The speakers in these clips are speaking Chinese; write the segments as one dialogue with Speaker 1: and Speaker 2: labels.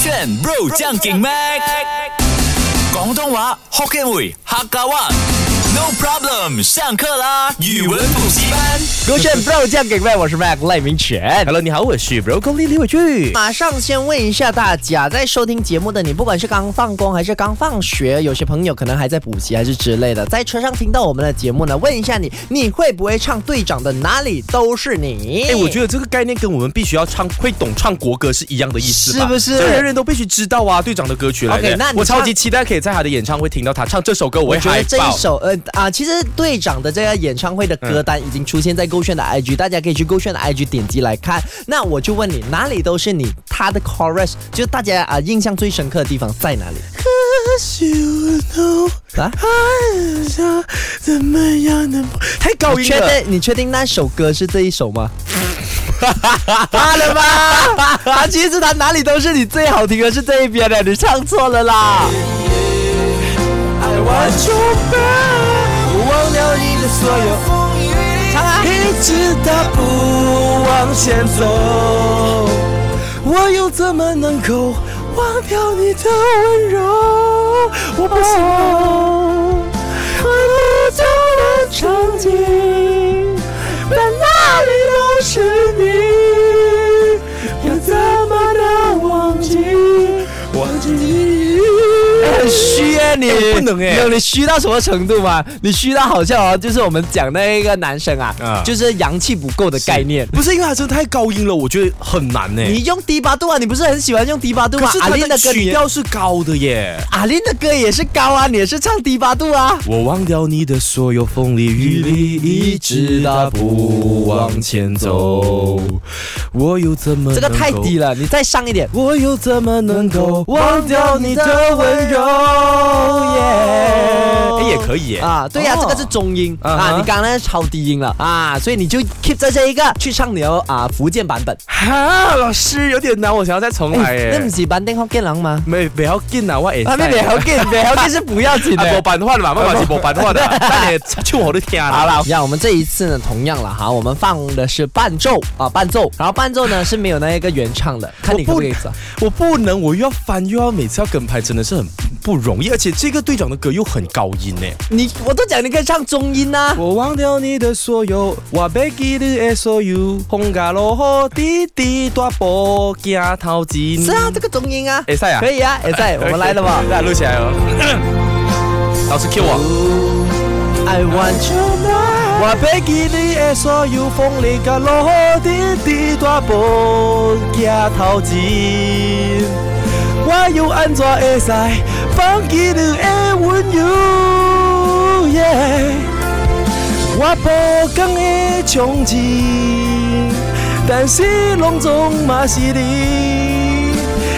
Speaker 1: 选 bro 将劲 mac，广东话 Hokkien 语客家话。No problem，上课啦！语文补习班。
Speaker 2: 勾选 Bro 酱给麦，我是 Mac 赖明全。
Speaker 3: Hello，你好，我是 Broccoli 李伟俊。
Speaker 2: 马上先问一下大家，在收听节目的你，不管是刚放工还是刚放学，有些朋友可能还在补习还是之类的，在车上听到我们的节目呢，问一下你，你会不会唱队长的哪里都是你？
Speaker 3: 哎，我觉得这个概念跟我们必须要唱会懂唱国歌是一样的意思吧，
Speaker 2: 是不是
Speaker 3: 这人人都必须知道啊，队长的歌曲来的。
Speaker 2: OK，那你
Speaker 3: 我超
Speaker 2: 唱
Speaker 3: 级期待可以在他的演唱会听到他唱这首歌，我
Speaker 2: 我
Speaker 3: 会
Speaker 2: 觉得
Speaker 3: 嗨
Speaker 2: 这一
Speaker 3: 爆。
Speaker 2: 首呃啊，其实队长的这个演唱会的歌单已经出现在勾炫的 IG，、大家可以去勾炫的 IG 点击来看。那我就问你，哪里都是你，他的 chorus 就是大家啊印象最深刻的地方在哪里？啊，
Speaker 3: 怎么样呢？太高
Speaker 2: 你
Speaker 3: 音
Speaker 2: 确
Speaker 3: 了。
Speaker 2: 定你确定那首歌是这一首吗？怕了吧？啊，其实 他哪里都是你最好听的是这一边的，你唱错了啦。I want you back，我忘掉你的所有。唱啊！
Speaker 3: 一直大步往前走，我又怎么能够忘掉你的温柔？我不哎行了，回不到了场景，但那里都是你，要怎么能 忘记？忘记你？
Speaker 2: 很虚耶啊你、
Speaker 3: 哎不能哎
Speaker 2: 没有你虚到什么程度吗？你虚到好像哦，就是我们讲那个男生啊，
Speaker 3: 啊
Speaker 2: 就是阳气不够的概念。
Speaker 3: 不是因为它真的太高音了，我觉得很难呢、
Speaker 2: 你用低八度啊，你不是很喜欢用低八度
Speaker 3: 可
Speaker 2: 吗
Speaker 3: 是？
Speaker 2: 阿
Speaker 3: 它
Speaker 2: 林
Speaker 3: 的
Speaker 2: 的歌
Speaker 3: 曲
Speaker 2: 你，
Speaker 3: 调是高的耶。
Speaker 2: 阿林的歌也是高啊，你也是唱低八度啊。
Speaker 3: 我忘掉你的所有风里雨里，一直大步往前走。我又怎么
Speaker 2: 这个太低了，
Speaker 3: 了？
Speaker 2: 你再上一点。
Speaker 3: 我又怎么能够忘掉你的温柔？耶，哎也可以耶。
Speaker 2: 啊，对呀、
Speaker 3: 哦
Speaker 2: 这个是中音
Speaker 3: 啊
Speaker 2: 啊
Speaker 3: 哈
Speaker 2: 你刚刚那是超低音了啊，所以你就 keep 在这一个去唱你的啊福建版本。
Speaker 3: 哈，老师有点难，我想要再重来
Speaker 2: 那不
Speaker 3: 耶。
Speaker 2: 是班定好建郎吗？
Speaker 3: 哎没不要紧啊，我也
Speaker 2: 啊，没好建，没好建是不要紧
Speaker 3: 啊，
Speaker 2: 的
Speaker 3: 没。办法 嘛，我嘛是没办法的， 但你唱我都听啊
Speaker 2: 好
Speaker 3: 啦。
Speaker 2: 了，那我们这一次呢，同样了哈，我们放的是伴奏啊，伴奏，然后伴奏呢是没有那一个原唱的，看你可不可以走。
Speaker 3: 我不能，我又要翻，又要每次要跟拍，真的是很不容易。而且这个队长的歌又很高音呢。
Speaker 2: 你我都讲你可以唱中音呐、
Speaker 3: 我忘掉你的所有，我要记你的所有。风甲落雨，滴滴大步行头前。
Speaker 2: 是啊，这个中音啊，
Speaker 3: 会使啊，。
Speaker 2: 可以啊，也在，我们来了吧
Speaker 3: 大家录起来 哦。老师 Q 我。
Speaker 2: I want you
Speaker 3: 我要记你的所有，风里甲落雨，滴滴大步行头前。我又安怎会使放弃你的温柔？耶！我无讲的冲刺，但是拢总嘛是你，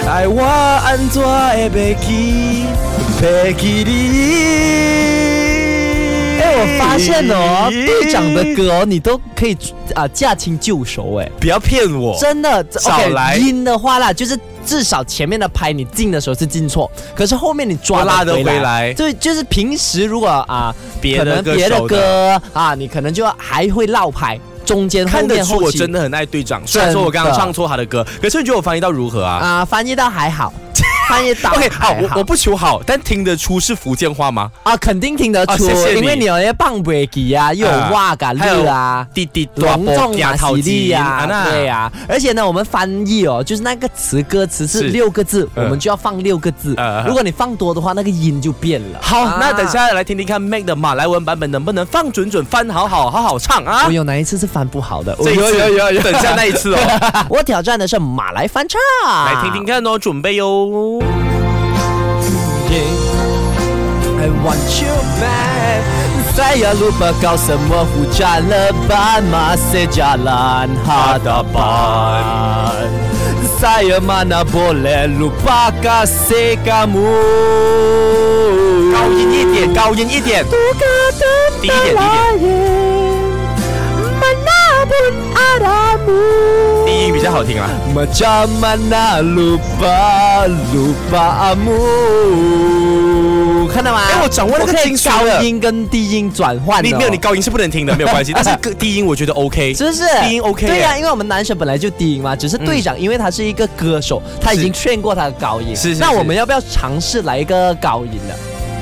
Speaker 3: 爱我安怎会袂记，袂记你？
Speaker 2: 哎、我发现哦，队长的歌哦，你都可以啊驾轻就熟哎，
Speaker 3: 不要骗我
Speaker 2: 真的。
Speaker 3: 哦少
Speaker 2: OK，
Speaker 3: 来
Speaker 2: 音的话啦，就是至少前面的拍你进的时候是进错，可是后面你抓
Speaker 3: 我拉得
Speaker 2: 回
Speaker 3: 回来
Speaker 2: 对，就是平时如果啊，
Speaker 3: 别
Speaker 2: 可
Speaker 3: 的
Speaker 2: 能
Speaker 3: 歌
Speaker 2: 别的
Speaker 3: 手的
Speaker 2: 歌啊，你可能就还会绕拍，中间后
Speaker 3: 看得
Speaker 2: 面
Speaker 3: 出
Speaker 2: 后
Speaker 3: 我
Speaker 2: 期
Speaker 3: 真的很爱队长，虽然
Speaker 2: 真
Speaker 3: 说我刚刚
Speaker 2: 的
Speaker 3: 唱错他的歌，可是你觉得我翻译到如何啊
Speaker 2: 啊、翻译到还 好，翻译到
Speaker 3: ？OK，好，啊哎
Speaker 2: 还
Speaker 3: 我我不求好，但听得出是福建话吗？
Speaker 2: 啊，肯定听得
Speaker 3: 啊
Speaker 2: 出，
Speaker 3: 谢谢你
Speaker 2: 因为你有那些棒尾吉啊，又有
Speaker 3: 啊
Speaker 2: 哇嘎
Speaker 3: 还有
Speaker 2: 绿啊。
Speaker 3: 滴滴大
Speaker 2: 隆
Speaker 3: 步
Speaker 2: 重
Speaker 3: 行
Speaker 2: 马
Speaker 3: 头啊
Speaker 2: 喜利
Speaker 3: 前
Speaker 2: 呀，
Speaker 3: 呐
Speaker 2: 对呀、而且呢，我们翻译哦，就是那个词歌词是
Speaker 3: 是
Speaker 2: 六个字，我
Speaker 3: 嗯
Speaker 2: 们就要放六个字
Speaker 3: 啊啊。
Speaker 2: 如果你放多的话，那个音就变了。
Speaker 3: 好，
Speaker 2: 啊
Speaker 3: 那等下来听听看 Mac 的马来文版本能不能放准准翻好好好好唱啊
Speaker 2: 我！有哪一次是翻不好的？
Speaker 3: 这一次等下那一次哦，
Speaker 2: 我我挑战的是马来翻唱，
Speaker 3: 来听听看哦，准备哦。
Speaker 2: I want you back。Saya lupa kau semua hujan lebat masih jalan hadapan. Saya mana boleh lupa kasih kamu.
Speaker 3: 高音一点，高音一点，低一点，低一点，
Speaker 2: Mana pun aramu.
Speaker 3: 低比较好听啊。
Speaker 2: Macam mana lupa lupa kamu 看到吗？
Speaker 3: 哎我掌握那个
Speaker 2: 我可以
Speaker 3: 金属了
Speaker 2: 高音跟低音转换的
Speaker 3: 你
Speaker 2: 哦、
Speaker 3: 没有，你高音是不能听的，没有关 系。但是个低音我觉得 OK，
Speaker 2: 是不是
Speaker 3: 低音 OK 嗯
Speaker 2: 对呀、
Speaker 3: 耶
Speaker 2: 因为我们男生本来就低音嘛，只是队长因为他是一个歌手，他已经劝过他的高音。
Speaker 3: 是是
Speaker 2: 那
Speaker 3: 是
Speaker 2: 我们要不要尝试来一个高音的？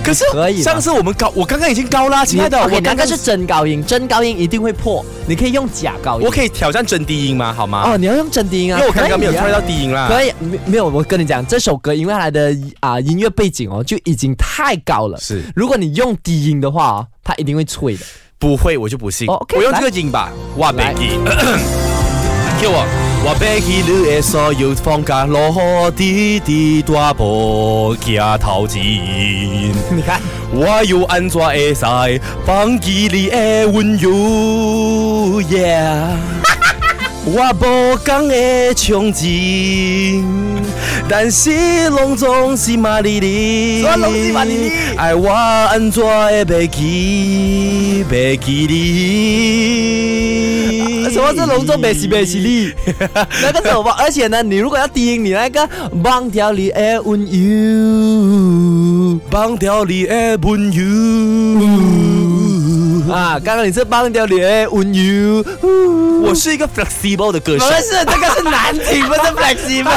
Speaker 3: 可是
Speaker 2: 可以吗
Speaker 3: 上次我们高，我刚刚已经高啦，亲爱的，
Speaker 2: 你
Speaker 3: 我
Speaker 2: OK，
Speaker 3: 刚
Speaker 2: 那个
Speaker 3: 刚
Speaker 2: 是真高音，真高音一定会破。你可以用假高音。
Speaker 3: 我可以挑战真低音吗？好吗？
Speaker 2: 哦，你要用真低音
Speaker 3: 因
Speaker 2: 啊，
Speaker 3: 为我刚刚没有
Speaker 2: 可以啊
Speaker 3: try 到低音啦。
Speaker 2: 可以，没没有，我跟你讲，这首歌因为它的啊、音乐背景哦就已经太高了，
Speaker 3: 是
Speaker 2: 如果你用低音的话、哦，它一定会脆 的。
Speaker 3: 不会，我就不信。
Speaker 2: 哦，OK，
Speaker 3: 我用这
Speaker 2: 来
Speaker 3: 个音吧，哇
Speaker 2: 来
Speaker 3: Becky，叫我。我背起你的所有放假落滴滴大步行头前，
Speaker 2: 你看，
Speaker 3: 我又安怎会使放弃你的温柔？Yeah，我无讲的憧憬，但是拢总是骂你你，
Speaker 2: 我拢是骂你你
Speaker 3: 爱我安怎会袂记袂记你？
Speaker 2: 什么是隆重北西北西力？ 那个是什么？而且呢，你如果要低音，你那个忘掉你的温柔
Speaker 3: 放掉你的温柔。
Speaker 2: 啊，刚刚你是忘 掉你的温柔。
Speaker 3: 我是一个 flexible 的歌
Speaker 2: 不
Speaker 3: 手。
Speaker 2: 是，这个是难听，不是 flexible，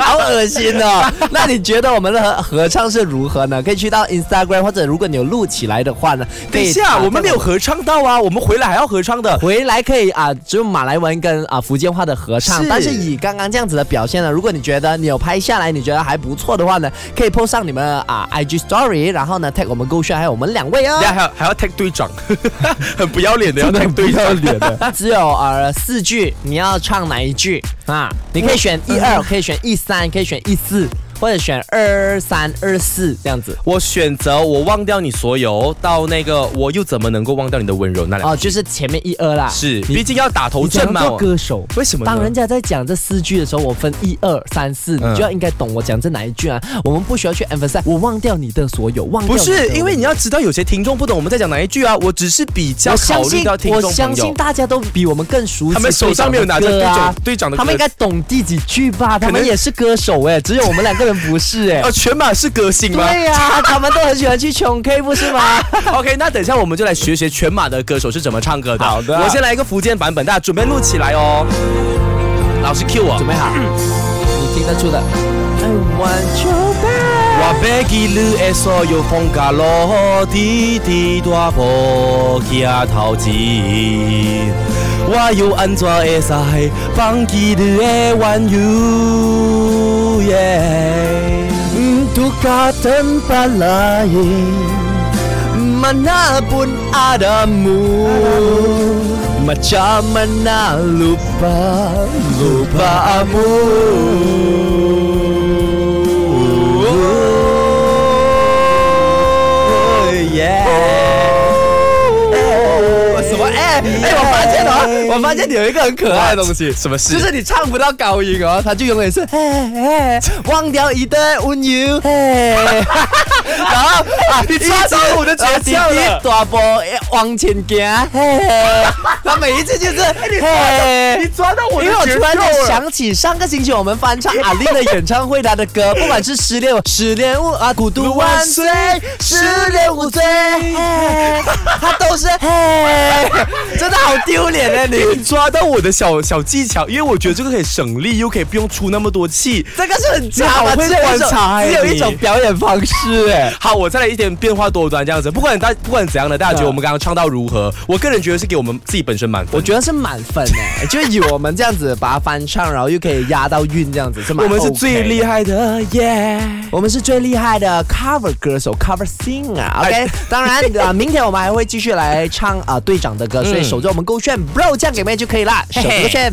Speaker 2: 好恶心哦。那你觉得我们的合合唱是如何呢？可以去到 Instagram，或者如果你有录起来的话呢，
Speaker 3: 等一
Speaker 2: 可以
Speaker 3: 下，
Speaker 2: 啊
Speaker 3: 我们没有合唱到啊，我们回来还要合唱的。
Speaker 2: 回来可以啊，只有马来文跟啊福建话的合唱，
Speaker 3: 是
Speaker 2: 但是以刚刚这样子的表现呢，如果你觉得你有拍下来，你觉得还不错的话呢，可以 post 上你们啊 IG Story，然后呢 tag 我们 Go 炫，还有我们两位哦
Speaker 3: 等一。下还要还要 tag 队长， 很不要脸的要 tag 队长。
Speaker 2: 脸的，只有呃四句，你要唱哪一句啊？你可以选一二，可以选一三，可以选一四，或者选二三二四这样子。
Speaker 3: 我选择我忘掉你所有，到那个我又怎么能够忘掉你的温柔？那两
Speaker 2: 哦，就是前面一二啦。
Speaker 3: 是，
Speaker 2: 啊你
Speaker 3: 毕竟要打头
Speaker 2: 你
Speaker 3: 阵
Speaker 2: 讲
Speaker 3: 嘛。
Speaker 2: 到
Speaker 3: 我
Speaker 2: 歌手，
Speaker 3: 为什么呢
Speaker 2: 当人家在讲这四句的时候，我分一二三四，你
Speaker 3: 嗯
Speaker 2: 就要应该懂我讲这哪一句啊？我们不需要去 emphasize，我忘掉你的所有，忘掉
Speaker 3: 不
Speaker 2: 你的
Speaker 3: 是，因为你
Speaker 2: 要。
Speaker 3: 要知道，有些听众不懂我们在讲哪一句啊。我只是比较
Speaker 2: 我
Speaker 3: 考
Speaker 2: 相
Speaker 3: 虑
Speaker 2: 信
Speaker 3: 到，听
Speaker 2: 我
Speaker 3: 众
Speaker 2: 相
Speaker 3: 朋
Speaker 2: 信
Speaker 3: 友，
Speaker 2: 大家都比我们更熟悉。
Speaker 3: 他们手上没有拿着队长队长的歌
Speaker 2: 啊他们应该懂第几句吧？他
Speaker 3: 能
Speaker 2: 们也是歌手哎，只有我们两个人不是 哎
Speaker 3: 呃，。全马是歌星吗？
Speaker 2: 对啊呀，他们都很喜欢去穷 K 不是吗？
Speaker 3: OK，那等一下我们就来学学全马的歌手是怎么唱歌的。
Speaker 2: 好的
Speaker 3: 我先来一个福建版本，大家准备录起来哦。老师 Q 我
Speaker 2: 准。备好，你听得出的。I want you back。
Speaker 3: 我背起你的所有放假落滴滴大步行头前，我又安怎会使放弃你的温柔？Yeah
Speaker 2: untuk tempat lain Manapun adamu Macam mana lupa Lupaamu 哦哎
Speaker 3: Yeah
Speaker 2: 什么？哎、哎、我发现哦，我发现你有一个很可爱的东西，
Speaker 3: 什么事
Speaker 2: 就是你唱不到高音哦，它就永远是嘿嘿，忘掉一的温柔嘿，然后啊，你
Speaker 3: 插到我的诀窍了
Speaker 2: 大步往前行啊嘿，他每一次就是
Speaker 3: 哎
Speaker 2: 嘿。
Speaker 3: 抓到我
Speaker 2: 因为我突然
Speaker 3: 了
Speaker 2: 间想起上个星期我们翻唱阿丽的演唱会，她的歌，不管是失恋、失恋无啊，孤独万岁，失恋无罪，嘿她都是嘿，真的好丢脸啊你。
Speaker 3: 你抓到我的小小技巧，因为我觉得这个可以省力，又可以不用出那么多气。
Speaker 2: 这个是很假
Speaker 3: 你好
Speaker 2: 吧？
Speaker 3: 会
Speaker 2: 只有一
Speaker 3: 观
Speaker 2: 种
Speaker 3: 察欸
Speaker 2: 只有一种
Speaker 3: 你
Speaker 2: 表演方式哎。
Speaker 3: 好，我再来一点变化多端这样子，不管大不管怎样的，大家觉得我们刚刚唱到如何？我个人觉得是给我们自己本身满分。
Speaker 2: 我觉得是满分 哎，就以我们这样子把它翻唱，然后又可以压到韵这样子，是吗？
Speaker 3: 我们是最厉
Speaker 2: 害，
Speaker 3: 害的耶
Speaker 2: 我们是最厉害的 cover 歌手 cover singer。OK，当
Speaker 3: 哎
Speaker 2: 然啊，明天我们还会继续来唱啊队长的歌，所以
Speaker 3: 嗯
Speaker 2: 守着我们勾炫 bro 这样给妹就可以啦，守着勾炫。